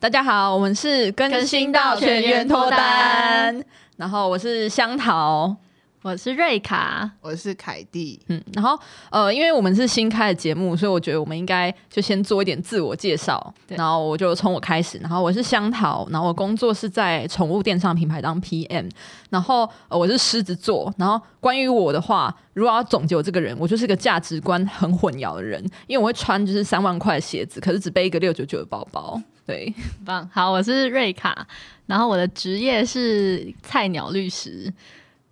大家好，我们是更新到全员脱单，然后我是香桃，我是瑞卡，我是凯蒂。嗯，然后呃，因为我们是新开的节目，所以我觉得我们应该就先做一点自我介绍，对然后我就从我开始，然后我是香桃，然后我工作是在宠物电商品牌当 PM，然后、呃、我是狮子座，然后关于我的话，如果要总结我这个人，我就是个价值观很混淆的人，因为我会穿就是三万块的鞋子，可是只背一个六九九的包包，对。很棒。好，我是瑞卡，然后我的职业是菜鸟律师，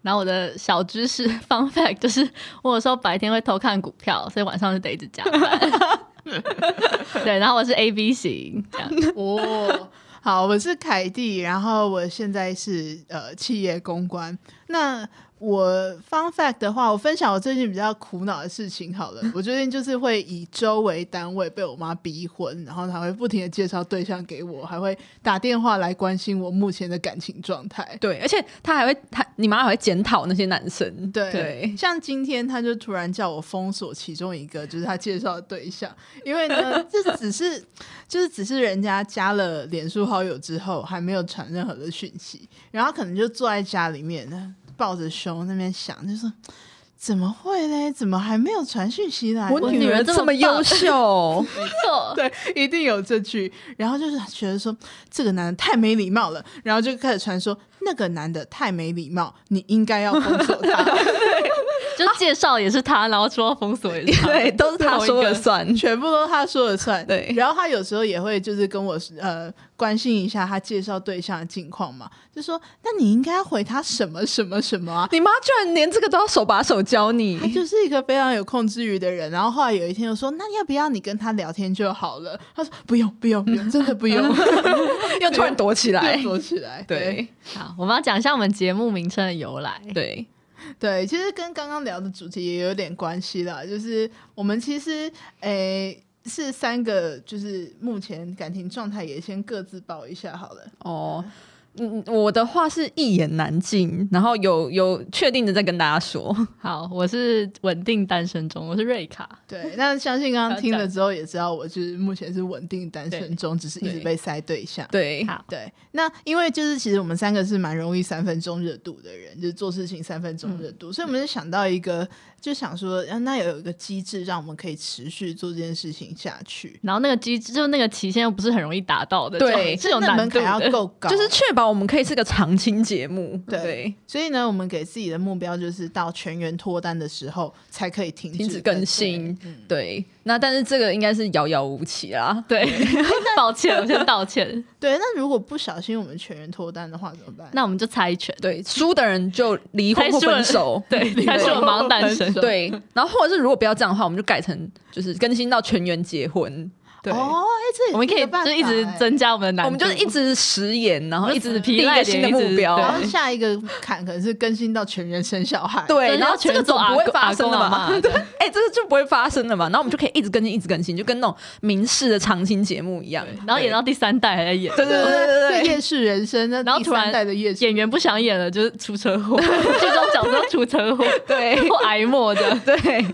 然后我的小知识 fun fact 就是，我有时候白天会偷看股票，所以晚上就得一直加 班。对，然后我是 A B 型，这样 哦，好，我是凯蒂，然后我现在是呃企业公关。那我 fun fact 的话，我分享我最近比较苦恼的事情好了。我最近就是会以周为单位被我妈逼婚，然后她会不停的介绍对象给我，还会打电话来关心我目前的感情状态。对，而且他还会，他你妈还会检讨那些男生。对，对像今天他就突然叫我封锁其中一个，就是他介绍的对象，因为呢，这只是就是只是人家加了脸书好友之后，还没有传任何的讯息，然后可能就坐在家里面，抱着胸那边想，就说怎么会嘞？怎么还没有传讯息来？我女女儿儿这这么么优棒秀，没错。对，一定有这句。然后就是觉得说这个男的太没礼貌了，然后就开始传说那个男的太没礼貌，你应该要封锁他。就介绍也是他，然后说封锁也是 他，对，都是他同一说了个算。 全部都他说了算。对然后他有时候也会就是跟我呃关心一下他介绍对象的近况嘛，就说那你应该要回他什么什么什 么啊。你妈居然连这个都要手把手教你他，就是一个非常有控制欲的人，然后后来有一天又说：“那要不要你跟他聊天就好了？”他说：“不用，不用，不用，真的不用。 又突然躲起”来就。躲起来。对好，我们要讲一下我们节目名称的由来。对，对，其实跟刚刚聊的主题也有点关系啦，就是我们其实诶、是三个，就是目前感情状态也先各自报一下好了。哦，嗯，我的话是一言难尽，然后有有确定的再跟大家说。好，我是稳定单身中，我是瑞卡，对，那相信刚刚听了之后也知道，我就是目前是稳定单身中，只是一直被塞对象。对， 好对，那因为就是其实我们三个是蛮容易三分钟热度的人，就是做事情三分嗯钟热度，所以我们就想到一个，就想说，啊那有一个机制让我们可以持续做这件事情下去，然后那个机制就是那个期限又不是很容易达到的，对这种那难门度槛要的。 够高，就是确保我们可以是个长青节目。对对，所以呢，我们给自己的目标就是到全员脱单的时候才可以停停止止更新。嗯对，那但是这个应该是遥遥无期啦。对， 抱歉，我先道歉。对，那如果不小心我们全员脱单的话怎么办？哦那我们就猜拳，对，输的人就离婚猜或输了分 手。对，猜是我盲单身，，对，然后或者是如果不要这样的话，我们就改成就是更新到全员结婚。对，哦，哎、这也我们是可一以个办就一直法哎增加我们的难度，我们就是一直食言，然后一直死皮定一个赖脸新的一直目标对。然后下一个坎可能是更新到全人生小孩。对，就是然后要这个总全做不阿会公发生的阿公嘛阿？嬷对，哎，这就不会发生的嘛。然后我们就可以一直更新，一直更新，就跟那种明视的长青节目一样。然后演到第三代还在演，对对对对对对对，夜市人生，那然后第突然三代的夜市演员不想演了，就是出车祸， 剧中角色出车祸，对 或挨骂的。对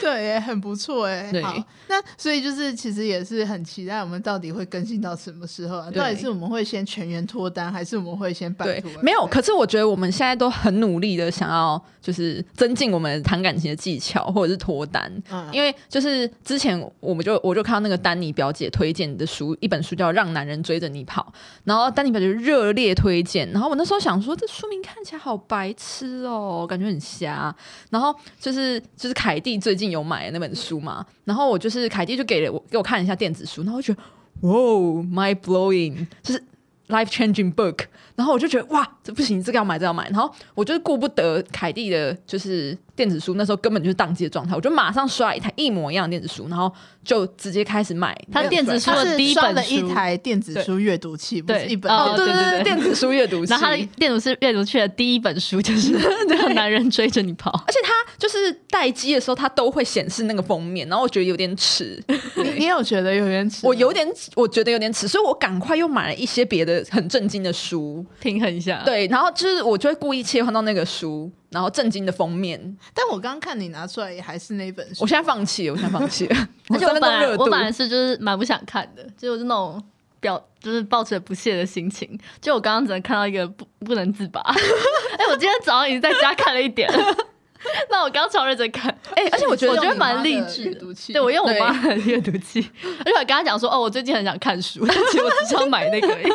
对耶，很不错哎。对好，那所以就是其实也是很期待我们到底会更新到什么时候啊？对到底是我们会先全员脱单，还是我们会先摆对脱？，没有。可是我觉得我们现在都很努力的想要，就是增进我们谈感情的技巧，或者是脱单。嗯因为就是之前我们就我就看到那个丹尼表姐推荐的书，一本书叫《让男人追着你跑》，然后丹尼表姐热烈推荐，然后我那时候想说这书名看起来好白痴哦，感觉很瞎。然后就是就是凯蒂最近有买那本书嘛，然后我就是凯蒂就给了我给我看一下电子书，然后我就觉得哇，my blowing，就是 life changing book。然后我就觉得哇，这不行，这个要买，这个要买。然后我就是顾不得凯蒂的，就是电子书那时候根本就是宕机的状态，我就马上刷一台一模一样的电子书，然后就直接开始买。他电子书他的是第一刷本了书，一台电子书阅读器，不对是一本哦电对对子对对，对对电子书阅读器。然后他的电读是阅读器的第一本书 就是《让男人追着你跑》，而且它就是待机的时候，它都会显示那个封面，然后我觉得有点 耻，你你有觉得有点迟？我有点，我觉得有点耻，所以我赶快又买了一些别的很震惊的书，平衡一下。，对，然后就是我就会故意切换到那个书，然后震惊的封面，但我刚看你拿出来也还是那本书。我现在放弃了，我现在放弃了，而且我三分本钟来热我度本来是就是蛮不想看的，就是那种表就是抱着不屑的心情，就我刚刚只能看到一个不不能自拔。 哎、我今天早上已经在家看了一点了， 那我刚超认真看，哎、而且我觉得我觉得用你蛮妈的励志阅的读器对我用我对妈的阅读器，而且我还跟她讲说，哦，我最近很想看书，但其实我只想买那个 而已，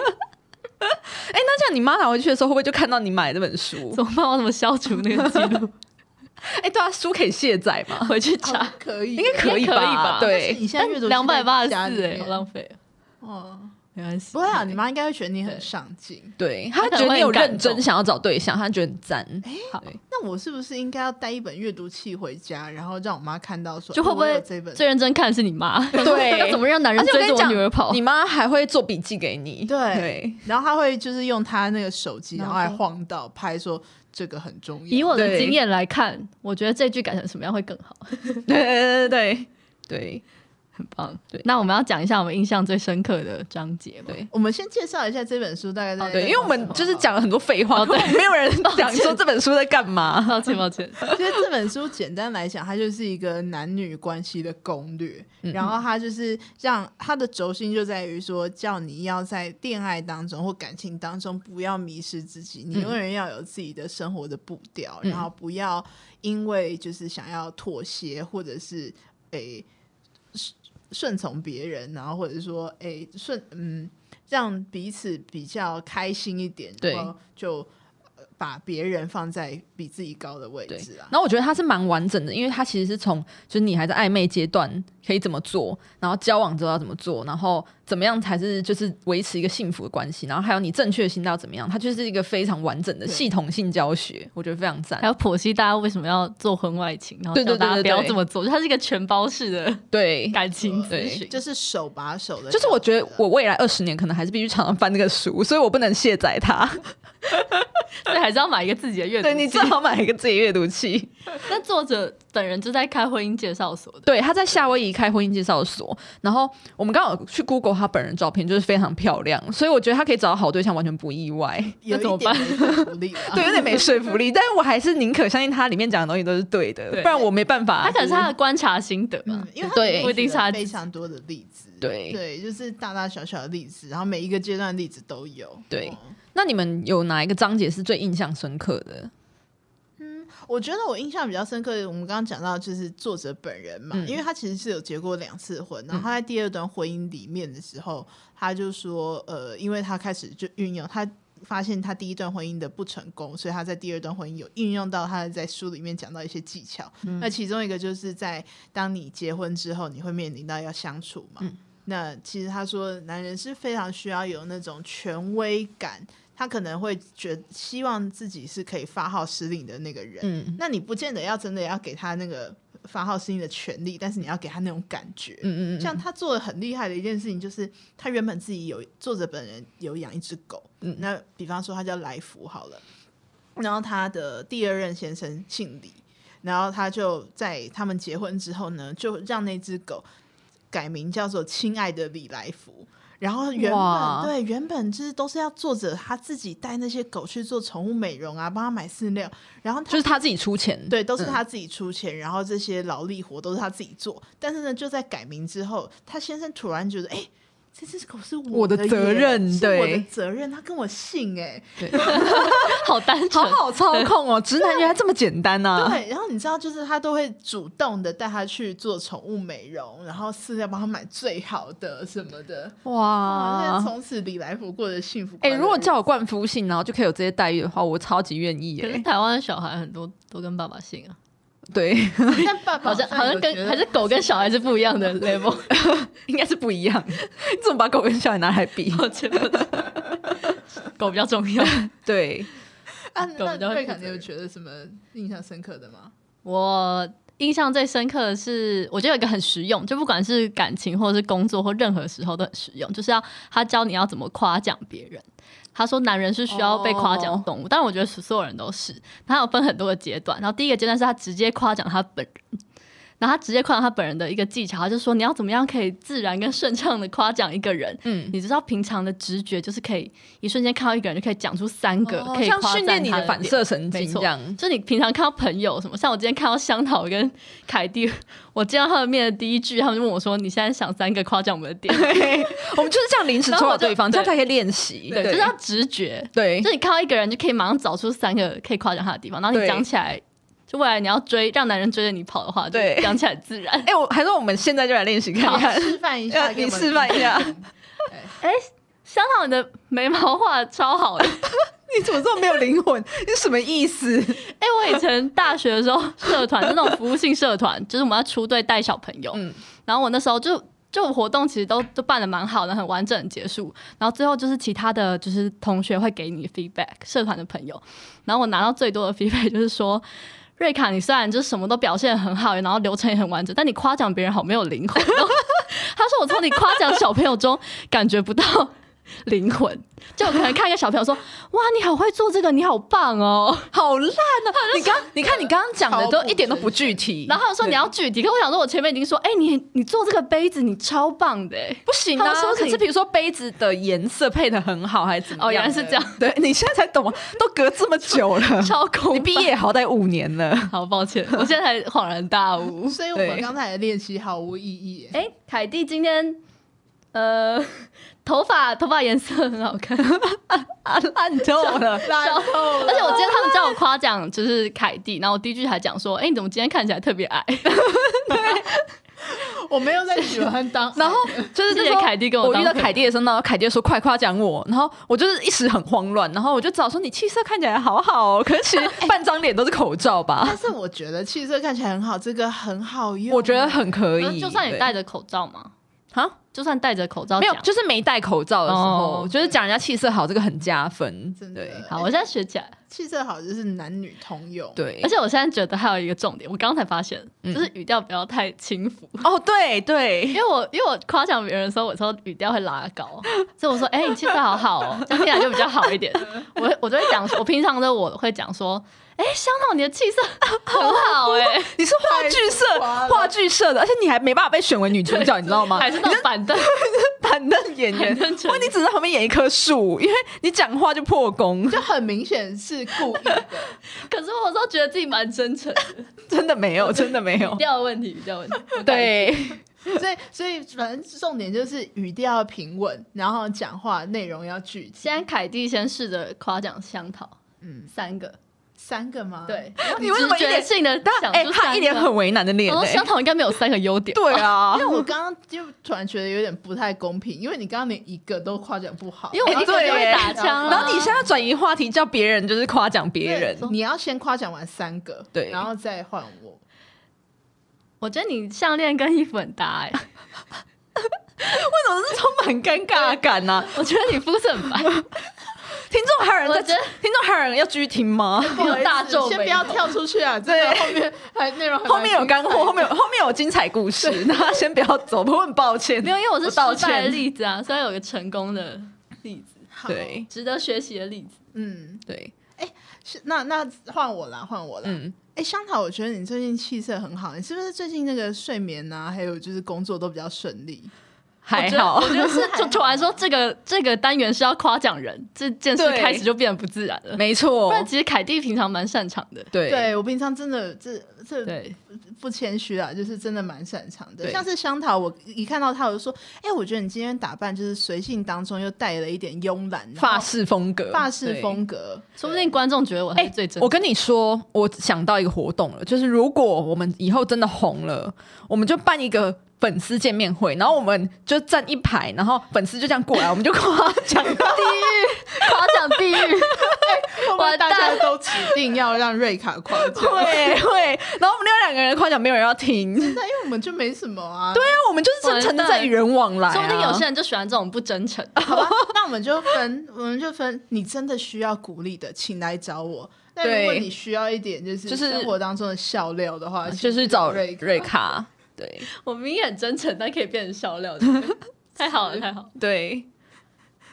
哎、那这样你妈拿回去的时候，会不会就看到你买那本书？怎么办？我怎么消除那个记录？ 哎、对啊，书可以卸载吗？回去好哦查。哦可以，应该可以应该可以吧？吧对，你现在阅读两百八十四，哎，好哎，浪费，哦，没关系。不会啊，你妈应该会觉得你很对上进。对他他可能觉得会你有很感认真动哎想要找对象，他觉得很赞。那我是不是应该要带一本阅读器回家，然后让我妈看到说，就会哦不我有会这本？最认真看的是你妈？ 对要怎么让男人而且我追跟你着我讲女儿跑？你妈还会做笔记给你，对对然后她会就是用她那个手机，然然后后来晃到拍说这个很重要。以我的对经验来看，我觉得这句改成什么样会更好，对对对对对很棒。对那我们要讲一下我们印象最深刻的章节嘛？ 对我们先介绍一下这本书大概在哦对，因为我们就是讲了很多废话，哦对没有人讲说这本书在干嘛。抱歉，抱歉。其实这本书简单来讲，它就是一个男女关系的攻略。嗯然后它就是让它的轴心就在于说，叫你要在恋爱当中或感情当中不要迷失自己，你嗯永远要有自己的生活的步调，嗯然后不要因为就是想要妥协或者是诶顺顺从别人，然后或者是说诶顺嗯让彼此比较开心一点，对然后就。呃把别人放在比自己高的位对置啊，然后我觉得它是蛮完整的，因为它其实是从就是你还在暧昧阶段可以怎么做，然后交往之后要怎么做，然后怎么样才是就是维持一个幸福的关系，然后还有你正确的心态要怎么样，它就是一个非常完整的对系统性教学，我觉得非常赞还。有剖析大家为什么要做婚外情，然后对教对大家对不对要对这么做，就它是一个全包式的对，感情咨对询。呃就是手把手的，就是我觉得我未来二十年可能还是必须常常翻这个书，所以我不能卸载它。所以还是要买一个自己的阅 读对器。你最好买一个自己阅读器。 那作者本人就在开婚姻介绍所的，对，他在夏威夷开婚姻介绍所，然后我们刚好去 Google 他本人照片，就是非常漂亮，所以我觉得他可以找到好对象，完全不意外。有那怎一么点办没说服力啦。 对，有 点没说服力，但是我还是宁可相信他里面讲的东西都是对的，对不然我没办法。他可能是他的观察心得嘛嗯，，因为它对里面不一定是举了他非常多的例子，对对，就是大大小小的例子，然后每一个阶段的例子都有。对哦那你们有哪一个章节是最印象深刻的？我觉得我印象比较深刻，我们刚刚讲到就是作者本人嘛，嗯因为他其实是有结过两次婚，然后他在第二段婚姻里面的时候，他就说，呃，因为他开始就运用他。发现他第一段婚姻的不成功，所以他在第二段婚姻有运用到他在书里面讲到一些技巧。那其中一个就是在当你结婚之后，你会面临到要相处嘛。那其实他说，男人是非常需要有那种权威感，他可能会觉希望自己是可以发号施令的那个人。嗯那你不见得要真的要给他那个发号施令的权利，但是你要给他那种感觉。嗯嗯嗯，像他做的很厉害的一件事情，就是他原本自己有作者本人有养一只狗，嗯那比方说他叫来福好了，然后他的第二任先生姓李，然后他就在他们结婚之后呢，就让那只狗改名叫做“亲爱的李来福”。然后原本哇对原本就是都是要作者他自己带那些狗去做宠物美容啊，帮他买饲料，然后他就是他自己出钱。对，都是嗯他自己出钱，然后这些劳力活都是他自己做。但是呢，就在改名之后，他先生突然觉得，哎、这只狗是我的的责耶任是我的对责任，他跟我姓哎、好单纯好，好操控哦，直男原来这么简单呐、啊！对。然后你知道，就是他都会主动的带他去做宠物美容，然后饲料帮他买最好的什么的。哇，那哇，从此李来福过得幸福。啊哎、快乐如果日叫我冠夫姓，然后就可以有这些待遇的话，我超级愿意可是哎、台湾的小孩很多都跟爸爸姓啊，对， 子但爸爸好像好像有觉跟得还是狗跟小孩是不一样的 level。应该是不一 样。你怎么把狗跟小孩拿来 比？抱歉，抱歉， 狗比较重要。对， 啊，狗比较那会瑞负肯你责有任觉得什么印象深刻 的吗？我印象最深刻的是，我觉得有一个很实用，就不管是感情或者是工作或任何时候都很实用，就是要他教你要怎么夸奖别人。他说，男人是需要被夸哦奖的动物，当然我觉得所有人都是。他有分很多个阶段，然后第一个阶段是他直接夸奖他本人，然后他直接夸奖他本人的一个技巧，他就说你要怎么样可以自然跟顺畅的夸奖一个人。嗯，你知道平常的直觉就是可以一瞬间看到一个人就可以讲出三个，哦可以像夸训练赞你他的反点射神没经错这样。 就你平常看到朋友什么，像我今天看到香桃跟凯蒂，我见到他们面的第一句，他们就问我说：“你现在想三个夸奖我们的 点？”我们就是这样临时然后戳到我就对方，这样对才可以练习。对，就是要直觉，对就，是你看到一个人就可以马上找出三个可以夸奖他的地方，然后你对讲起来，就未来你要追让男人追着你跑的话，就对讲起来自然。 哎，我还说我们现在就来练习看看。示范一要下，你示范一 下。香桃，你的眉毛画得超好 的，你怎么这么没有灵魂？你什么意思？哎、我以前大学的时候，社团就那种服务性社团，就是我们要出队带小朋友。嗯然后我那时候就就活动其实都都办的蛮好的，很完整地结束。然后最后就是其他的就是同学会给你 feedback，社团的朋友。然后我拿到最多的 feedback 就是说。瑞卡，你虽然就是什么都表现得很好，然后流程也很完整，但你夸奖别人好没有灵魂、哦。 他说我从你夸奖小朋友中感觉不到灵魂，就我可能看一个小朋友说：“哇，你好会做这个，你好棒哦。”好烂啊！你刚你看你刚刚讲的毫都不。一点都不具体，然后他们说对你要具体，可我想说，我前面已经说，哎、你你做这个杯子，你超棒 的、欸，不行他啊们说。可你是比如说杯子的颜色配的很好，还是怎么样？哦原来是这样。对你现在才懂啊，都隔这么久 了，超酷。你毕业好歹五年了。 好抱歉，我现在才恍然 大悟所以我们对刚才的练习毫无意义。哎、凯蒂今天呃， 头发头发颜色很好看，而啊，烂透了！然后且我今天他们叫我夸奖就是凯蒂，然后我第一句还讲说，哎、你怎么今天看起来特别矮？我没有在喜欢 当，然后就是谢谢那时候凯蒂跟我我当遇到朋友凯蒂的时候呢，凯蒂就说快夸奖我，然后我就是一时很慌乱，然后我就找说你气色看起来好好、哦，可是其实半张脸都是口罩吧，但是我觉得气色看起来很好，这个很好用。我觉得很可可是以。就算你对戴着口罩嘛，啊，就算戴着口罩没有，讲就是没戴口罩的时候，哦就是讲人家气色好，这个很加分真。的对好，我现在学起来。气色好就是男女通用。对而，且我现在觉得还有一个重点，我刚才发现，嗯就是语调不要太轻浮。哦，对对因为我因为我夸奖别人的时候，我说语调会拉高， 所以我说：“哎、你气色好好哦，这样听起来就比较好一 点。我”我就会讲，我平常的我会讲说：“哎、香桃，你的气色很好 哎、你是话剧太社浮夸了话剧社的，而且你还没办法被选为女主角，你知道吗？还是那种板凳。板凳演员，板凳成哇，你只是在旁边演一棵树，因为你讲话就破功， 就很明显是故意的， 可是我有时候觉得自己蛮真诚的， 真的没有，真的没有语。调问题，语调问题。我改进，对，所以所以反正重点就是语调要平稳，然后讲话内容要具体。现在凯蒂先试着夸奖香桃嗯，三个，三个吗？，对，你为什么一直觉脸性的但想哎、出他三一脸个？很为难的脸、我说哦欸香。桃应该没有三个优点，对啊因，为我刚刚就突然觉得有点不太公平，因为你刚刚连一个都夸奖不好，因为我哎一个对就会耶打枪啊，然后你现在转移话题，叫别人就是夸奖别人。你要先夸奖完三个，对然后再换我。我觉得你项链跟衣服很搭哎、为什么是充满尴尬感呢、我觉得你肤色很白，听众还有人我在觉得听众还有人要继续听吗？不好意思大皱眉先不要跳出去 啊！这个后面还内容还蛮 后面有干精彩货，的后面有后面有精彩故事，大家先不要走，我很抱歉。没有，因为我是我道失败的歉例子啊，所以有个成功的例子，好对值得学习的例子。嗯，对，是那那换我啦，换我啦。嗯，哎、香桃，我觉得你最近气色很好，你是不是最近那个睡眠啊，还有就是工作都比较顺利？还好我。觉得我觉得是就突然说这个这个单元是要夸奖人，这件事对开始就变得不自然 了。没不错，然其实凯蒂平常蛮擅长的，对对我平常真的这这对，不谦虚啊，就是真的蛮擅长的。对像是香桃，我一看到她，我就说，哎、我觉得你今天打扮就是随性当中又带了一点慵懒，然后发式风格，发式对风格，说不定观众觉得我才哎是最真。我跟你说，我想到一个活动了，就是如果我们以后真的红了，我们就办一个粉丝见面会，然后我们就站一排，然后粉丝就这样过来，我们就夸奖他。 夸奖地狱， 后面大家都指定要让瑞卡夸奖， 会会，然后我们另外两个人夸奖，没有人要听，因为那因为我们就没什么啊。对，我们就是真诚的在与人往来、啊。说不定有些人就喜欢这种不真诚。好吧，那我们就分，我们就分。你真的需要鼓励的，请来找我。那如果对你需要一点就是就是啊生活当中的笑料的话，就请去是找瑞瑞卡，对我明明很真诚，但可以变成笑料 的，太好了，太好了，对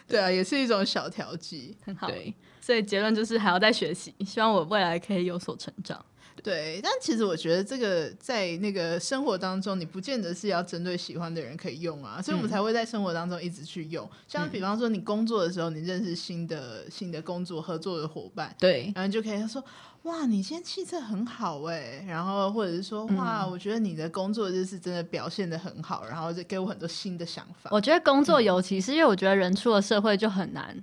对啊，也是一种小调剂。很好。对，所以结论就是还要再学习，希望我未来可以有所成长。对，但其实我觉得这个在那个生活当中，你不见得是要针对喜欢的人可以用啊，所以我嗯们才会在生活当中一直去用。像比方说，你工作的时候，你认识新的新的工作合作的伙伴，对，然后你就可以说：“哇，你今天气色很好哎、然后或者是说：“哇，嗯我觉得你的工作就是真的表现的很好，然后就给我很多新的想法。我觉得工嗯作尤其是因为我觉得人出了社会就很难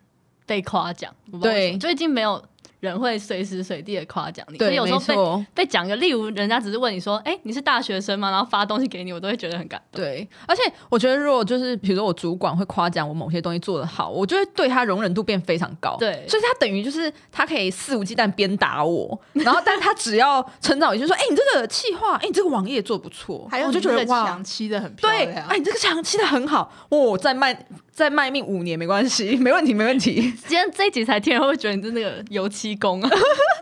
被夸奖，我不知道为什对么就已经没有人会随时随地的夸奖你，所对，以有时没候被错，被讲个，例如人家只是问你说，哎、你是大学生吗？然后发东西给你，我都会觉得很感动。对。而且我觉得，如果就是比如说我主管会夸奖我某些东西做得好，我就会对他容忍度变非常高。对所以他等于就是他可以肆无忌惮鞭打我，然后但他只要称赞我一句说：“哎、你这个企划，哎、你这个网页做不错。”还有我你就觉得那个哇墙，漆的很漂对，亮，哎，你这个墙漆的很好，哦，再卖再卖命五年没关系，没问题，没问题。今天这一集才听，然后会觉得你真的有油漆工啊，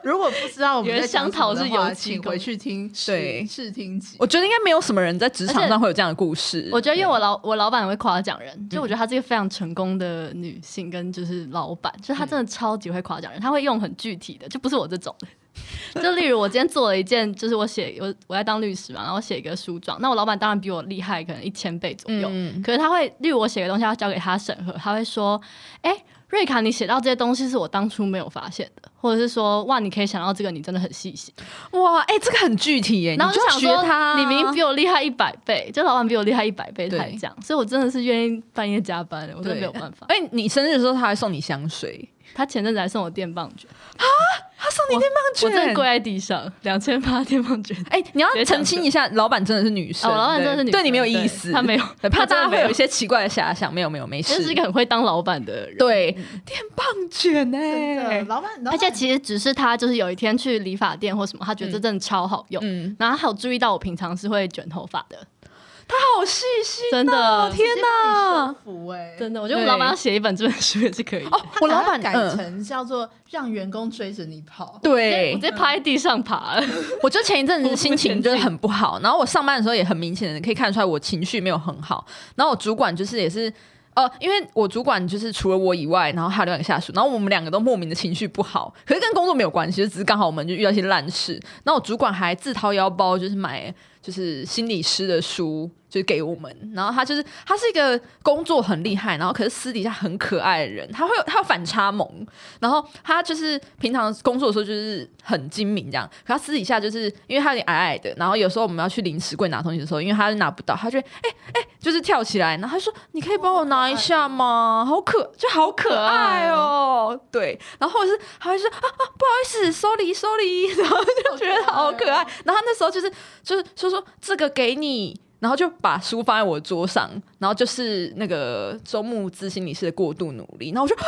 如果不知道我们原在讲香什么草的是话油漆请工回去听试对试听集。我觉得应该没有什么人在职场而上会有这样的故事。我觉得因为我老我老板也会夸奖人，就我觉得她是一个非常成功的女性，跟就是老板，就是她真的超级会夸奖人，她会用很具体的，就不是我这种 的。就例如我今天做了一件，就是我写我我在当律师嘛，然后我写一个诉状，那我老板当然比我厉害，可能一千倍左右。嗯，可是他会，例如我写个东西要交给他审核，他会说：“哎、瑞卡，你写到这些东西是我当初没有发现的，或者是说，哇，你可以想到这个，你真的很细心。”哇，哎、这个很具体耶，然后你就想学说，他啊，你明明比我厉害一百倍，就老板比我厉害一百倍，他对还这样，所以我真的是愿意半夜加班的，我真的对没有办法。 哎、你生日的时候他还送你香水，他前阵子还送我电棒卷，他送你电棒我真的卷，跪在地上，两千八电棒卷。哎、你要直接澄讲清出一下，老板真的是女生，哦，老板真的是女生，对你没有意思，他没有，对怕他真大的家会没有一，些奇怪的遐想，没有没有没真事是一，个很嗯会当老板的人。对，电棒卷真的，哎，老板，老而板且其实只是他就是有一天去理发店或什么，他觉得这真的超好用。嗯，然后还有注意到我平常是会卷头发的，好细心，真的天哪哪，服哎，真的，我觉得我老板要写一本这本书也是可以的。哦，我老板改嗯成叫做让员工追着你跑。对我直，接趴在地上爬了。我就前一阵子心情就是很不好，然后我上班的时候也很明显的可以看出来我情绪没有很好，然后我主管就是也是。呃，因为我主管就是除了我以外，然后还有两个下属，然后我们两个都莫名的情绪不好，可是跟工作没有关系，就只是刚好我们就遇到一些烂事。然后我主管还自掏腰包，就是买就是心理师的书，就是给我们。然后他就是他是一个工作很厉害，然后可是私底下很可爱的人，他会有他有反差萌，然后他就是平常工作的时候就是很精明这样，可他私底下就是因为他有点矮矮的，然后有时候我们要去零食柜拿东西的时候，因为他拿不到，他就会哎哎、就是跳起来，然后他说你可以帮我拿一下吗？好可就好可爱哦，对，然后或者是他会说啊啊不好意思，sorry sorry，然后就觉得好可爱，嗯然后他那时候就是就是就说这个给你。然后就把书放在我桌上，然后就是那个周牧之心理师的过度努力，然后我就，啊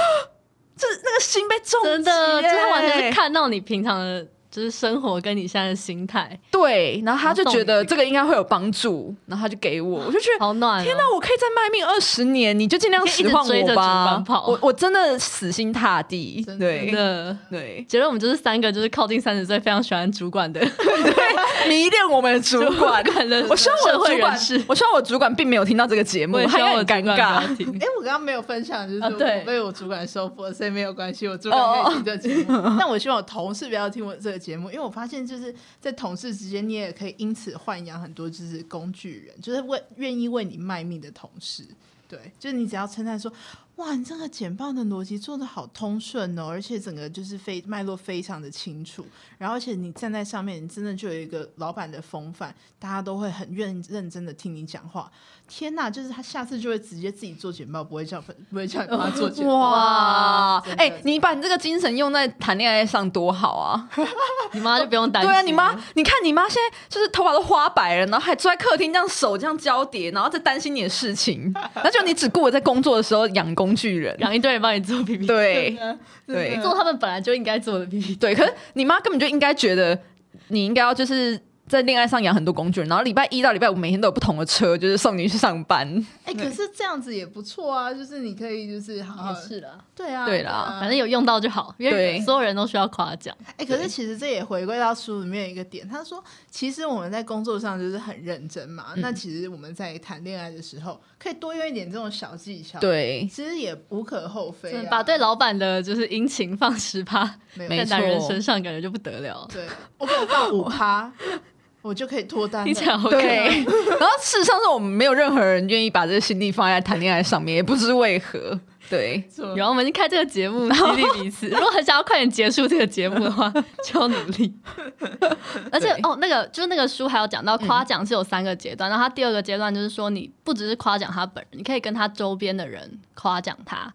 这那个心被重击真的，就耶是他完全是看到你平常的，就是生活跟你现在的心态，对，然后他就觉然后送得你这个应该会有帮助，然后他就给我，我就觉得。好暖、哦。天哪！我可以再卖命二十年，你就尽量你可以一使直唤追着我主吧管跑。我我真的死心塌地，真的真对的。对， 觉得我们就是三个，就是靠近三十岁非常喜欢主管的迷恋我们的 主管。的， 我希望我的社会主人管士，，我希望我主管并没有听到这个节目我，也希他应望该我很尴的主管不要尬。听。哎、我刚刚没有分享，就是啊对哦我被我主管收获，所以没有关系，我主管可以听这个节目。但我希望我同事不要听我这个节目，因为我发现就是在同事之间，你也可以因此豢养很多就是工具人，就是为愿意为你卖命的同事。对，就是你只要称赞说，哇，你这个简报的逻辑做的好通顺哦，而且整个就是非脉络非常的清楚，然后而且你站在上面，你真的就有一个老板的风范，大家都会很认认真的听你讲话。天呐，就是他下次就会直接自己做简报，不会叫不会叫你帮他做简报。哇真，的哎、你把你这个精神用在谈恋爱上多好啊！你妈就不用担心。对啊，你妈，你看你妈现在就是头发都花白了，然后还坐在客厅这样手这样交叠，然后在担心你的事 情，那就你只顾我在工作的时候养工具人。养一堆人帮你做 PPT，对对对做他们本来就应该做的 PPT。对，可是你妈根本就应该觉得你应该要就是在恋爱上养很多工具人，然后礼拜一到礼拜五每天都有不同的车，就是送你去上班。哎、可是这样子也不错啊，就是你可以就是好好也是啦，对啊，对啦啊反正有用到就好，因为对所有人都需要夸奖。哎、可是其实这也回归到书里面一个点，他说，其实我们在工作上就是很认真嘛，嗯那其实我们在谈恋爱的时候，可以多用一点这种小技巧，，对，其实也无可厚非、真啊的，把对老板的就是殷勤放十趴没有在没男人错身上，感觉就不得了。对，我可以放五趴，我就可以脱单了，听起来好对， 然后事实上是我们没有任何人愿意把这个心力放在谈恋爱上面，也不知为何。对，错然后我们就开这个节目嗯 激励彼此。如果很想要快点结束这个节目的 话，就要努力。而且对哦，那个就是那个书还有讲到夸奖是有三个阶段，然后它第二个阶段就是说，你不只是夸奖他本人，你可以跟他周边的人夸奖他，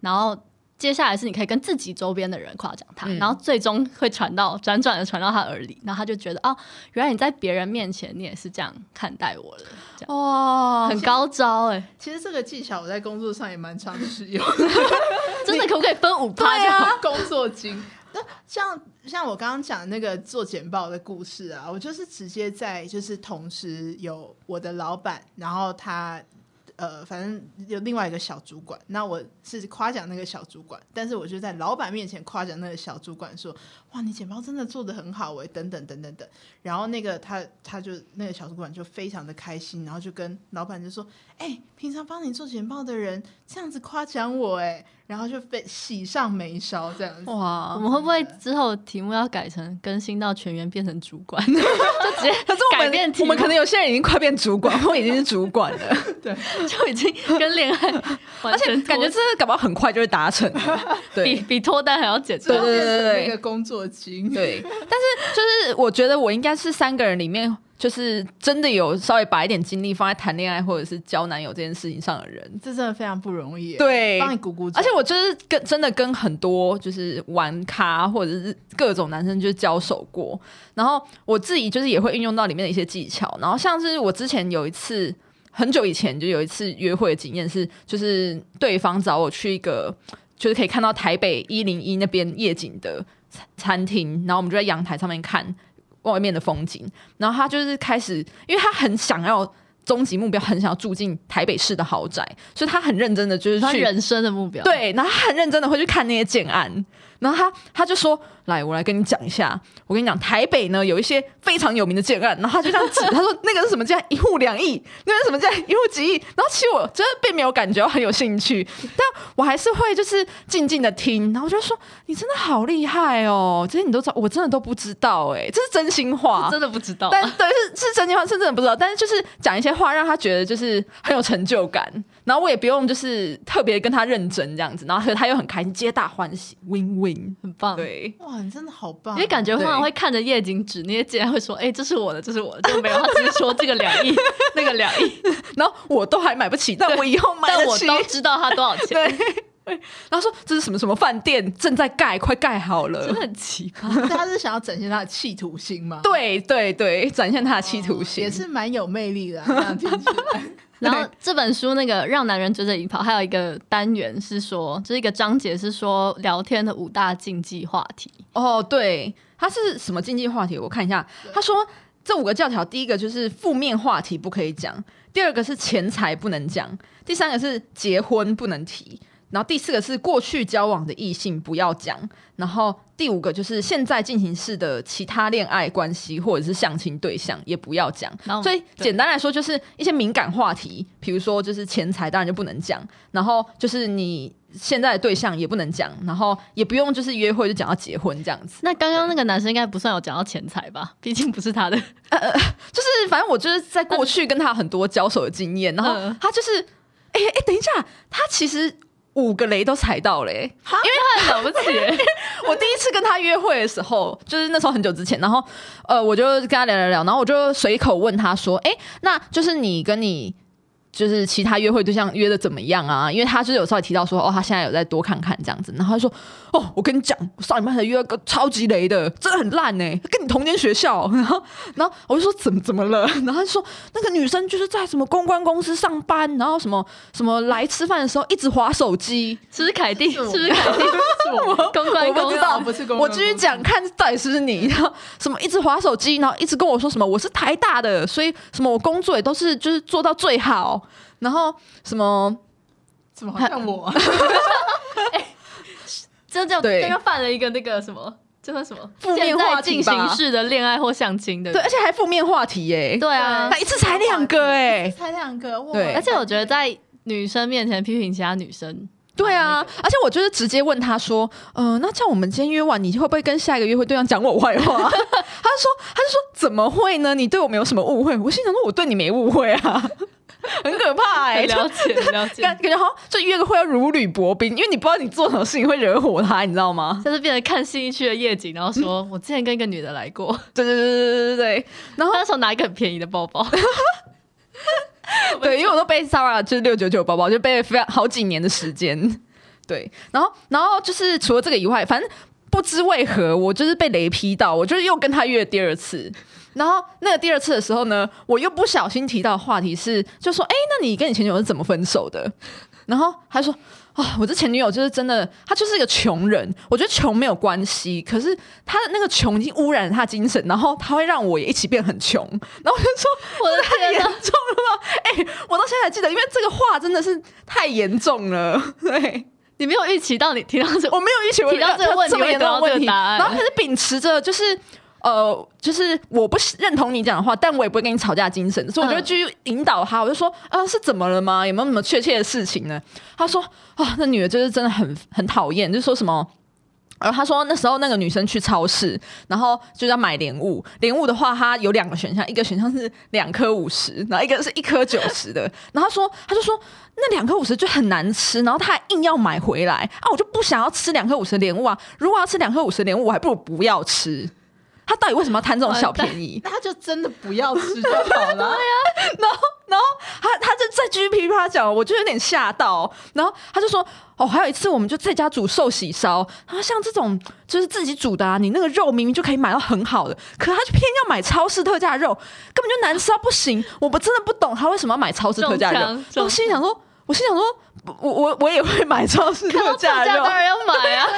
然后。接下来是你可以跟自己周边的人夸奖他，嗯然后最终会传到辗转的传到他耳里，然后他就觉得哦，原来你在别人面前你也是这样看待我的，这样、哇很高招哎、其实这个技巧我在工作上也蛮常使用，真的可不可以分五趴他就好？就工作经。啊 那像像我刚刚讲那个做简报的故事啊，我就是直接在就是同时有我的老板，然后他呃，反正有另外一个小主管，那我是夸奖那个小主管，但是我就在老板面前夸奖那个小主管说：“哇，你简报真的做的很好哎、等等等等等。”然后那个他他就那个小主管就非常的开心，然后就跟老板就说：“哎、平常帮你做简报的人这样子夸奖我哎、然后就被喜上眉梢这样子。哇我！们会不会之后题目要改成更新到全员变成主 管，就直接可是我改们变题我目，们可能有些人已经快变主管，或已经是主管了，就已经跟恋爱完而且全脱感觉这个搞不好很快就会达成了。比对比脱单还要简之单后。对对对变成对那个工作经，对，但是就是我觉得我应该是三个人里面，就是真的有稍微把一点精力放在谈恋爱或者是交男友这件事情上的人。这真的非常不容易欸。对，帮你鼓鼓掌。而且我就是跟真的跟很多就是玩咖或者是各种男生就是交手过，然后我自己就是也会运用到里面的一些技巧，然后像是我之前有一次。很久以前就有一次约会的经验是，就是对方找我去一个，就是可以看到台北一零一那边夜景的餐餐厅，然后我们就在阳台上面看外面的风景。然后他就是开始，因为他很想要终极目标，很想要住进台北市的豪宅，所以他很认真的就是他去人生的目标，，对，然后他很认真的会去看那些建案，然后他他就说：“来，我来跟你讲一下，我跟你讲，台北呢有一些非常有名的建案。”然后他就这样指， 他说：“那个是什么建案？一户两亿，那个是什么建案？一户几亿。”然后其实我真的并没有感觉到很有兴趣，但我还是会就是静静的听，然后我就说：“你真的好厉害哦，这些你都知道，我真的都不知道、欸，哎，这是真心话，真的不知道啊。但对是是真心话，是真的不知道。但是就是讲一些话，让他觉得就是很有成就感。然后我也不用就是特别跟他认真这样子，然后可是他又很开心，皆大欢喜，win win。很棒，对，哇，你真的好棒！哦因为感觉通常会看着夜景指那些 竟然会说，哎，这是我的，这是我的，就没有，他只是说这个两亿，那个两亿，然后我都还买不起，但我以后 买但得我起。都知道他多少钱， 对，然后说这是什么什么饭店正在盖，快盖好真了的。很奇葩。但他是想要展现他的企图心吗？对对对，展现他的哦企图心。也是蛮有魅力的、啊，这样听 起来然后这本书那个《让男人追着你跑》，还有一个单元是说，就是一个章节是说聊天的五大禁忌话题。哦，对，他是什么禁忌话题？我看一下，他说这五个教条，第一个就是负面话题不可以讲，第二个是钱财不能讲，第三个是结婚不能提。然后第四个是过去交往的异性不要讲，然后第五个就是现在进行式的其他恋爱关系或者是相亲对象也不要讲。然后所以对简单来说，就是一些敏感话题，比如说就是钱财，当然就不能讲。然后就是你现在的对象也不能讲，然后也不用就是约会就讲到结婚这样子。那刚刚那个男生应该不算有讲到钱财吧？毕竟不是他的。就是反正我就是在过去跟他很多交手的经验，然后嗯他就是，哎、哎、等一下，他其实五个雷都踩到嘞、太了 不起了，我第一次跟他约会的时候，就是那时候很久之前，然后呃，我就跟他聊聊聊，然后我就随口问他说：“哎、那就是你跟你就是其他约会对象约的怎么样啊？因为他就是有稍微提到说，哦，他现在有在多看看这样子，然后他就说，哦，我跟你讲，我上礼拜才约了个超级雷的，真的很烂呢、跟你同间学校。然后，然后我就说怎么怎么了？然后他就说那个女生就是在什么公关公司上班，然后什么什么来吃饭的时候一直划手机。是不是 凯蒂？是是我不是凯蒂？公关我公不司知道啊不是公我关公继司续讲，看到底是不是你。然后什么一直划手机，然后一直跟我说什么我是台大的，所以什么我工作也都是就是做到最好。然后什么怎么好像我啊？这叫对这个犯了一个那个什么，这叫什么？负面现话在题进吧行式的恋爱或相亲的。对，而且还负面话题耶、对啊那，一次才两个哎、才两个，哇对而且我觉得在女生面前批评其他女生，对啊，而且我就是直接问他说，呃，那这样我们今天约完，你会不会跟下一个约会对象讲我坏话？他就 说，他就说怎么会呢？你对我们有什么误会？我心想说，我对你没误会 啊，很可怕哎、很就 了解很了解感，感觉好像就约个会要如履薄冰，因为你不知道你做什么事情会惹火他，你知道吗？就是变成看新一区的夜景，然后说嗯我之前跟一个女的来过， 对对对对对对然后她那时候拿一个很便宜的包 包，对，对，因为我都被 Sara 就是六九九包包，就被非常好几年的时间。对，然后然后就是除了这个以外，反正不知为何我就是被雷劈到，我就是又跟他约了第二次。然后那个第二次的时候呢，我又不小心提到的话题是，就说：“哎，那你跟你前女友是怎么分手的？”然后他说：“哦，我这前女友就是真的，她就是一个穷人。我觉得穷没有关系，可是她的那个穷已经污染了她的精神，然后她会让我也一起变很穷。”然后我就说：“我的太严天重哪！了吧？哎、我到现在还记得，因为这个话真的是太严重了。对，你没有预期到你听到这，我没有预期会提到这个问题这么严重的问会得到这题，个答案然后他是秉持着就是。呃，就是我不是认同你讲的话，但我也不会跟你吵架的精神，所以我就嗯继续引导他。我就说，呃，是怎么了吗？有没有什么确切的事情呢？他说，啊、那女的就是真的很很讨厌，就说什么。然后他说，那时候那个女生去超市，然后就要买莲雾。莲雾的话，它有两个选项，一个选项是两颗五十，然后一个是一颗九十的。然后他说，他就说那两颗五十就很难吃，然后他还硬要买回来啊！我就不想要吃两颗五十的莲雾啊！如果要吃两颗五十的莲雾，我还不如不要吃。他到底为什么要贪这种小便宜？那他就真的不要吃就好 了。啊他他就再继续噼里啪啦讲，我就有点吓到。然后他就说：“哦，还有一次我们就在家煮寿喜烧，然后像这种就是自己煮的啊，你那个肉明明就可以买到很好的，可他就偏要买超市特价肉，根本就难吃到不行。我们真的不懂他为什么要买超市特价肉。中枪然中后我心里想说，我心想说，我我我也会买超市看到特特价 价肉，当然要买啊，要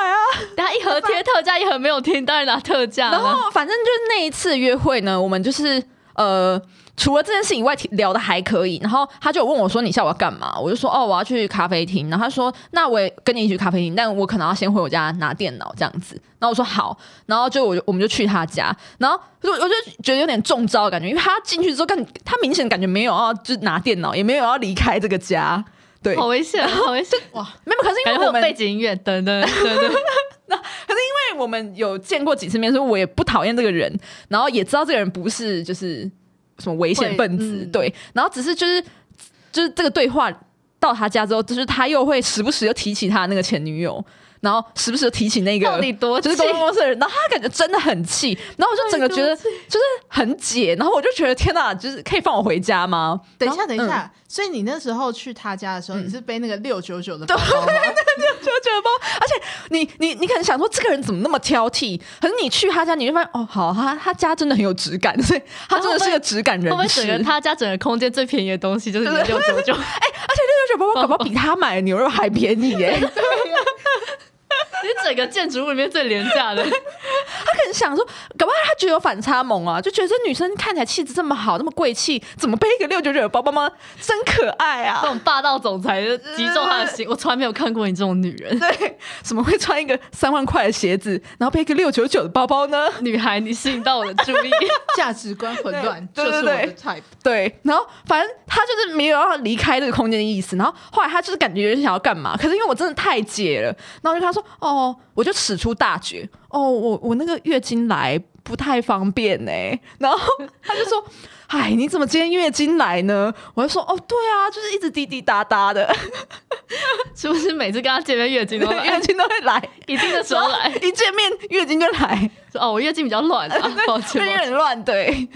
买啊。”等下一盒贴特价，一盒没有贴，当然拿特价然了。后反正就是那一次约会呢，我们就是呃。除了这件事以外，聊的还可以。然后他就有问我说：“你下午要干嘛？”我就说：“哦，我要去咖啡厅。”然后他说：“那我也跟你一起去咖啡厅，但我可能要先回我家拿电脑这样子。”然后我说：“好。”然后就我就我们就去他家，然后就我就觉得有点中招的感觉，因为他进去之后，感他明显感觉没有要就是拿电脑，也没有要离开这个家。对，没 好危险，啊好危险！有，可是因 感为觉会我有们背景音乐，等等等等。因为我们有见过几次面，所以我也不讨厌这个人，然后也知道这个人不是就是什么危险分子，会嗯对，然后只是就是就是这个对话到他家之后，就是他又会时不时又提起他那个前女友，然后时不时又提起那个 到底多啊就是气？ 公关公司的人，然后他感觉真的很气，然后我就整个觉得就是很解，然后我就觉得天哪，就是可以放我回家吗？等一下，然后嗯等一，下，所以你那时候去他家的时候，你是背那个六九九的包包吗？就啊觉得包，而且你你你可能想说这个人怎么那么挑剔，可是你去他家，你就发现哦，好，他他家真的很有质感，所以他真的是个质感会人不会士。整个他家整个空间最便宜的东西 就是你六九九？六九九包包搞不好比他买的牛肉还便宜耶、 你整个建筑物里面最廉价的，他可能想说，搞不好他觉得有反差萌啊，就觉得这女生看起来气质这么好，那么贵气，怎么背一个六九九的包包吗？真可爱这啊！种霸道总裁就击中他的心。 我从来没有看过你这种女人，对，怎么会穿一个三万块的鞋子，然后背一个六九九的包包呢？ 女孩，你吸引到我的注意。价值观混乱，对就对是我对的 type。对，然后反正他就是没有要离开这个空间的意思，然后后来他就是感觉有点想要干嘛，可是因为我真的太解了，然后我就跟他说，哦，我就使出大绝，哦，我我那个月经来不太方便呢、然后他就说，哎，你怎么今天月经来呢？我就说，哦，对啊，就是一直滴滴答答 的， 是不是每次跟他见面 月经都月来？经都会来，一定的时候来。一见面月经就来， 说 哦，我月经比较乱 啊，抱就歉。有抱歉点乱，对，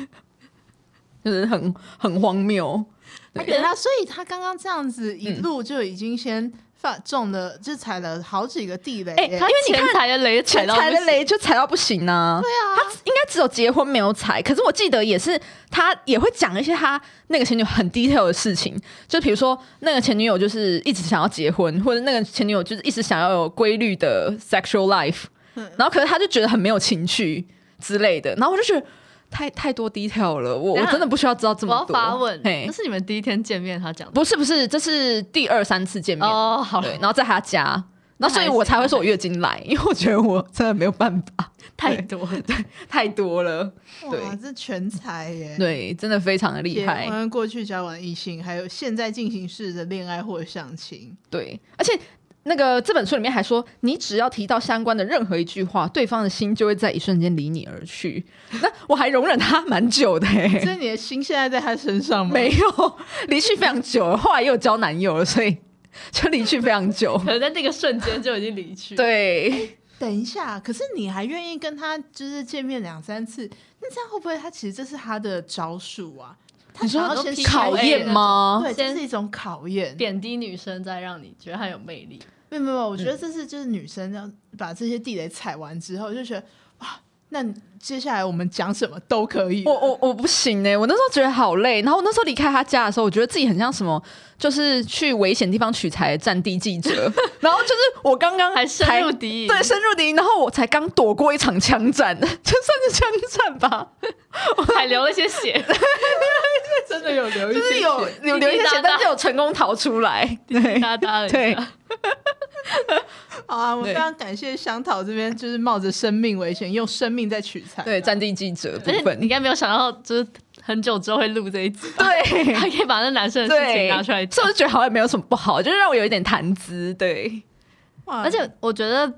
就是很很荒谬，他对给他，所以他刚刚这样子一路就已经先放中了，就踩了好几个地雷、哎哎他因为你前看踩的雷踩踩到踩不了行雷就踩到不行呢、对啊，他应该只有结婚没有踩，可是我记得也是他也会讲一些他那个前女友很 detail 的事情，就比如说那个前女友就是一直想要结婚，或者那个前女友就是一直想要有规律的 sexual life，然嗯后可是他就觉得很没有情趣之类的，然后我就觉得太太多 detail 了，我等我一下真的不需要知道这我么要多。发问，嘿这是你们第一天见面他讲的不是不是，这是第二三次见面，哦，好对了，，然后在他家。然后，所以我才会说我月经来，因为我觉得我真的没有办法，太多了，太多了。哇，对这全才耶！对，真的非常的厉害结。婚、过去交往异性，还有现在进行式的恋爱或相亲，对，而且那个这本书里面还说，你只要提到相关的任何一句话，对方的心就会在一瞬间离你而去。那我还容忍他蛮久的、所欸，以你的心现在在他身上吗？没有离去非常久，后来又交男友了，所以就离去非常久 可。能在那个瞬间就已经离去。，对，等一下，可是你还愿意跟他就是见面两三次，那这样会不会他其实这是他的招数啊？他你说想要先考筛验吗？对，这先是一种考验。贬低女生，再让你觉得她有魅力。没有没有没有，我觉得这是就是女生要把这些地雷踩完之后，就觉得哇，那接下来我们讲什么都可以。我我我不行哎、我那时候觉得好累，然后我那时候离开他家的时候，我觉得自己很像什么，就是去危险地方取材的战地记者，然后就是我刚刚还深才入敌营对，深入敌营，然后我才刚躲过一场枪战，这 算是枪战吧？还流了一些血，真的有留意，就是有有留一些滴滴血答，答但是有成功逃出来。对哒哒了一 对下。好啊！我对非常感谢香桃这边，就是冒着生命危险，用生命在取材。 啊对，战地记者部而且你分应，该没有想到，就是很久之后会录这一集，对 还可以把那男生的事情对，拿出来是讲不。是觉得好像没有什么不好？就是让我有一点谈资，对哇，而且我觉得，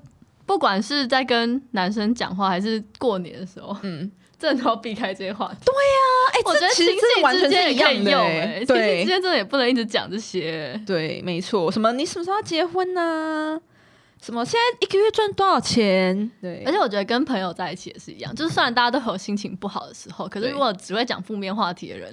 不管是在跟男生讲话，还是过年的时候，嗯嗯，真的都要避开这些话题。啊，哎、我觉得其亲实这戚完之全间是一也可样以的、用、欸欸，，亲戚对之间真的也不能一直讲这些、对，没错。什么？你什么时候要结婚呢、什么？现在一个月赚多少钱？对，而且我觉得跟朋友在一起也是一样，就是虽然大家都会有心情不好的时候，可是对如果只会讲负面话题的人，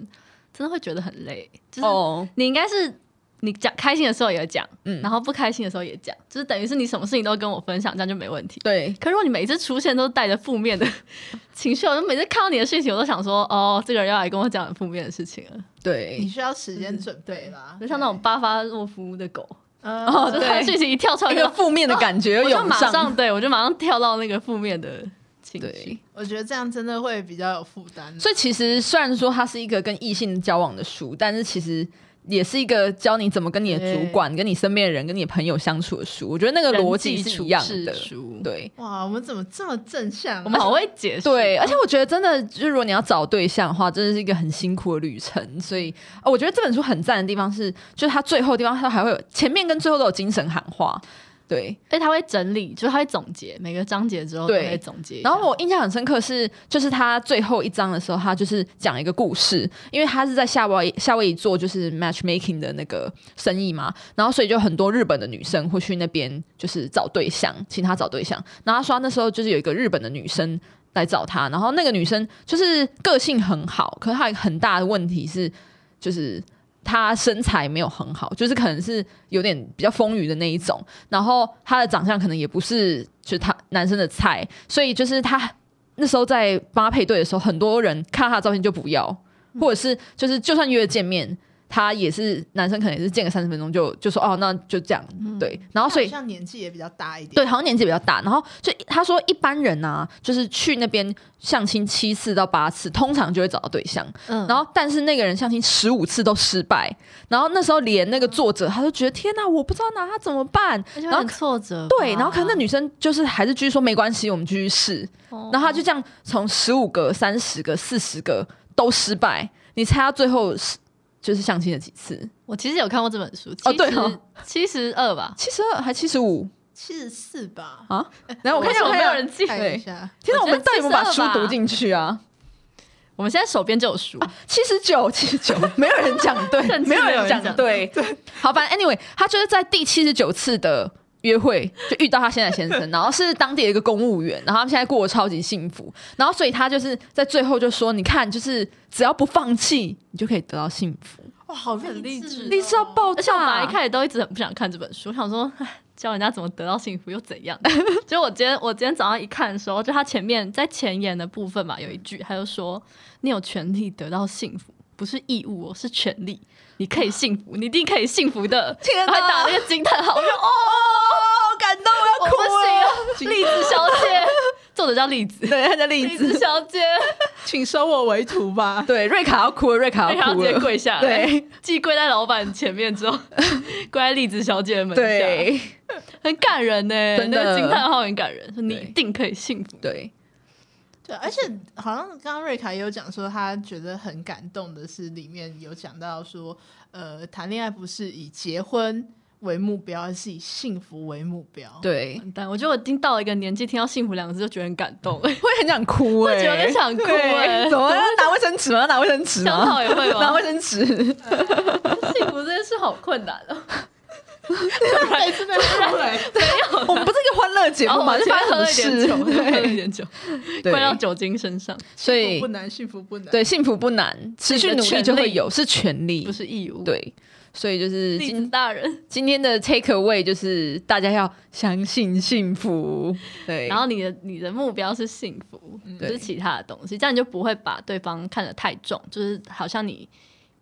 真的会觉得很累。就是哦，你应该是你讲开心的时候也讲，嗯然后不开心的时候也讲，就是等于是你什么事情都跟我分享，这样就没问题。对，可如果你每次出现都是带着负面的 情绪，我就每次看到你的事情，我都想说，哦，这个人要来跟我讲很负面的事情了。对你，需要时嗯间准备啦，就像 那种巴发洛夫的狗，嗯哦就是他对讯息一跳出来那就个负面的感觉啊又我就涌马上，上对我就马上跳到那个负面的情绪对。我觉得这样真的会比较有负担。啊所以其实虽然说它是一个跟异性交往的书，但是其实也是一个教你怎么跟你的主管、跟你身边的人、跟你的朋友相处的书。我觉得那个逻辑是一样的人际处事。书，对哇，我们怎么这么正向啊？我们好会解释。对，而且我觉得真的，就是如果你要找对象的话，真的是一个很辛苦的旅程。所以，呃我觉得这本书很赞的地方是，就是它最后的地方，它还会有前面跟最后都有精神喊话。对，而且他会整理，就是他会总结每个章节之后都对会总结一下。然后我印象很深刻是，就是他最后一章的时候，他就是讲一个故事，因为他是在夏威夏威夷做就是 matchmaking 的那个生意嘛，然后所以就很多日本的女生会去那边就是找对象，请他找对象。然后他说他那时候就是有一个日本的女生来找他，然后那个女生就是个性很好，可是她有一个很大的问题是就是。她身材没有很好，就是可能是有点比较丰腴的那一种，然后她的长相可能也不是就是他男生的菜，所以就是他那时候在帮他配对的时候，很多人看到他的照片就不要，或者是就是就算约了见面，他也是男生可能也是见个三十分钟就就说哦那就这样对，然后所以嗯好像年纪也比较大一点。对，好像年纪比较大。然后就他说，一般人啊，就是去那边相亲七次到八次，通常就会找到对象。嗯然后但是那个人相亲十五次都失败，然后那时候连那个作者他都觉得天哪、我不知道拿他怎么办。而且然会后很挫折吧，对，然后可能那女生就是还是继续说没关系，我们继续试。哦，然后他就这样从十五个、三十个、四十个都失败，你猜他最后是就是相亲了几次？我其实有看过这本书，哦对哦七十二吧，七十二还七十五？七十四吧。啊，然后我看一下，为什么我看没一有下人记看一下，天哪，我哎我觉得们到底有没有把书72吧读进去啊？我们现在手边就有 书，七十九，七十九，没有人讲对甚，至没有没有人人讲讲对。好，反正 anyway，他就是在第七十九次的约会就遇到他现在的先生，然后是当地的一个公务员，然后他们现在过得超级幸福，然后所以他就是在最后就说：“你看，就是只要不放弃，你就可以得到幸福。”哇，好哦很励志励志到哦爆而且我本炸来一！开始都一直很不想看这本书，我想说唉教人家怎么得到幸福又怎样。 结果我今天我今天早上一看的时候，就他前面在前言的部分嘛，有一句他就说：“你有权利得到幸福，不是义务哦，是权利。你可以幸福，你一定可以幸福 的。”天哪还打了一个惊叹号，我说：“哦，哦，感动我要不哭 行了！了，栗子小姐。”作者叫栗子，对，他叫栗栗子，子小 姐，请收我为徒吧。对，瑞卡要哭了，瑞卡然要后直哭接了，跪下来，对 既跪在老板前面之后， 跪在栗子小姐的门下。对很感人呢、真的那个惊叹号很感人，说你对一定可以幸福。对， 对，而且好像刚刚瑞卡也有讲说，她觉得很感动的是，里面有讲到说，呃，谈恋爱不是以结婚为目标，而是以幸福为目标。， 对，完蛋，我觉得我已经到了一个年纪，听到“幸福”两个字就觉得很感动、 欸，会很想哭哎、会觉得很想哭欸 对怎么要拿卫生纸吗？要拿卫生纸想吗好？也会 拿吗？卫生 纸，幸福这件事好困难 哦、每次被出来，我们不是一个欢乐节然目后吗？哦我这今发天喝了一生点什酒，么喝 了一事？点酒，对灌到酒精身上，所幸福以不难，幸福不难。对幸福不难，持续努力就会有，是权利，不是义务。，对。所以就是栗子今大人，今天的 take away 就是大家要相信幸福，对，嗯然后你的你的目标是幸福，不对是其他的东西，这样你就不会把对方看得太重，就是好像你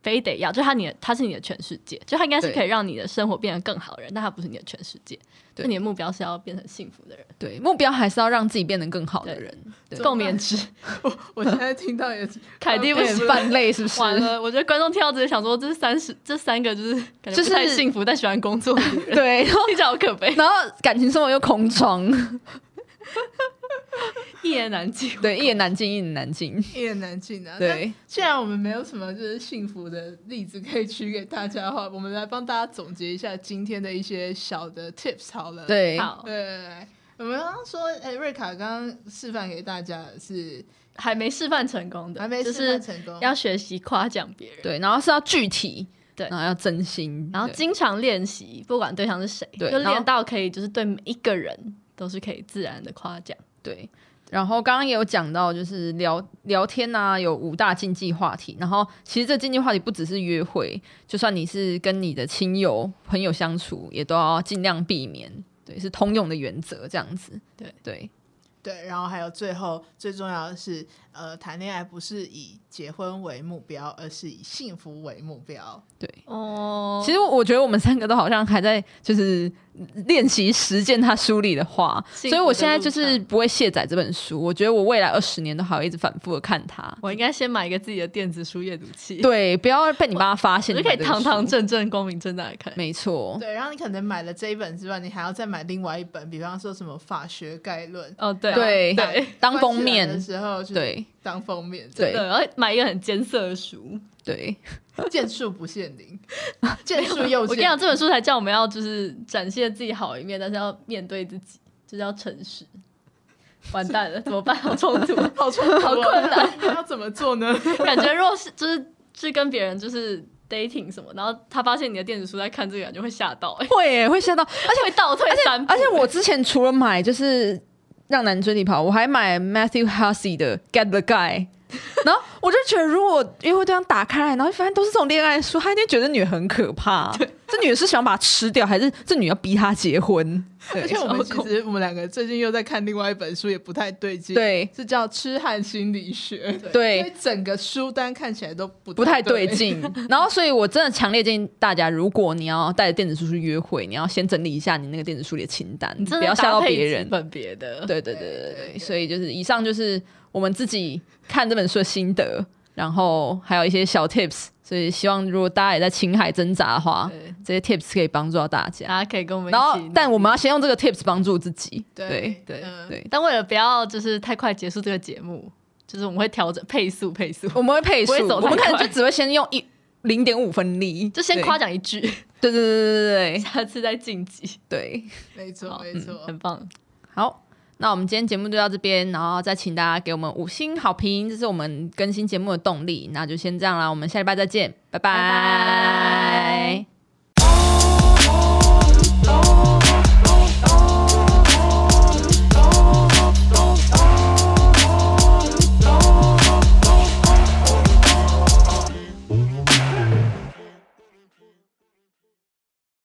非得要，就他你的他是你的全世界，就他应该是对可以让你的生活变得更好的人，但他不是你的全世界。对就你的目标是要变成幸福的人，对目标还是要让自己变得更好的人，对共勉之。我我现在听到也是，凯蒂不被行人犯累是不是？完 了，我觉得观众听到这里想说，这是三十这三个就是感觉就不是太幸福，但喜欢工作的女 人，对，然后听起来好可悲，然后感情生活又空窗， 一言难尽。对，一言难尽，一言难尽，一言难尽啊。对，既然我们没有什么就是幸福的例子可以举给大家的话，我们来帮大家总结一下今天的一些小的 tips 好了。对，好对，，对对我们刚刚说，哎、瑞卡刚刚示范给大家的是还没示范成功的，还没就示是范成功，要学习夸奖别人。对，然后是要具体，对然后要真心，然后对经常练习，不管对象是谁，对就然后练到可以，就是对每一个人都是可以自然的夸奖。对。然后刚刚也有讲到，就是聊聊天啊，有五大禁忌话题。然后其实这禁忌话题不只是约会，就算你是跟你的亲友、朋友相处，也都要尽量避免。对，是通用的原则，这样子。对对对，然后还有最后最重要的是，呃，谈恋爱不是以结婚为目标，而是以幸福为目标。对。哦其实我觉得我们三个都好像还在就是练习实践他书里的话，所幸福的以我现在就是不会卸载这本书。我觉得我未来二十年都还会一直反复的看它。我应该先买一个自己的电子书阅读器，，对，不要被你妈发现我你就可买以这个书。堂堂正正、光明正大的看。没错，对，然后你可能买了这一本之外，你还要再买另外一本，比方说什么《法学概论》哦，对对对当封关起来的面，时候，就是对当封面，对 对，然后买一个很艰涩的书。对剑术不限 灵，剑术又我跟你限讲，这本书才叫我们要就是展现自己好一面，但是要面对自己，就是要诚实。完蛋了，怎么办？好冲 突，好冲突、啊，好困难。那 要怎么做 呢？感觉若是就是去跟别人就是 dating 什么，然后他发现你的电子书在看这个，感觉会吓到、欸，会耶会吓到。而且会倒退三步而且我之前除了买就是让男追你跑，我还买 Matthew Hussey 的 Get the Guy。然 后我就觉得，如果约会对象打开来，然后发现都是这种恋爱书，他一定觉得女很可怕。这女的是想把她吃掉，还是这女要逼他结婚？而对且我们其超恐实我们两个最近又在看另外一本书，也不太对劲，，对是叫《痴汉心理学》，所以对，整个书单看起来都不不太对对。劲。 然后，所以我真的强烈建议大家，如果你要带着电子书去约会，你要先整理一下你那个电子书里的清单，你真不的要吓到搭配别人几。本别的，对对对对对对对对对，所以就是以上就是我们自己看这本书的心得，然后还有一些小 tips，所以希望如果大家也在情海挣扎的话，对这些 tips 可以帮助到大家。大家啊可以跟我们然后一起，但我们要先用这个 tips 帮助自己。对对对嗯对，但为了不要就是太快结束这个节目，就是我们会调整配速配速，我们会配速，不会走我太快们可能就只会先用一零点五分力，就先对夸。奖一句，对对对 对对下次再晋级，对对，没错好嗯没错，很棒。好。那我们今天节目就到这边，然后再请大家给我们五星好评，这是我们更新节目的动力。那就先这样啦，我们下礼拜再见，拜拜拜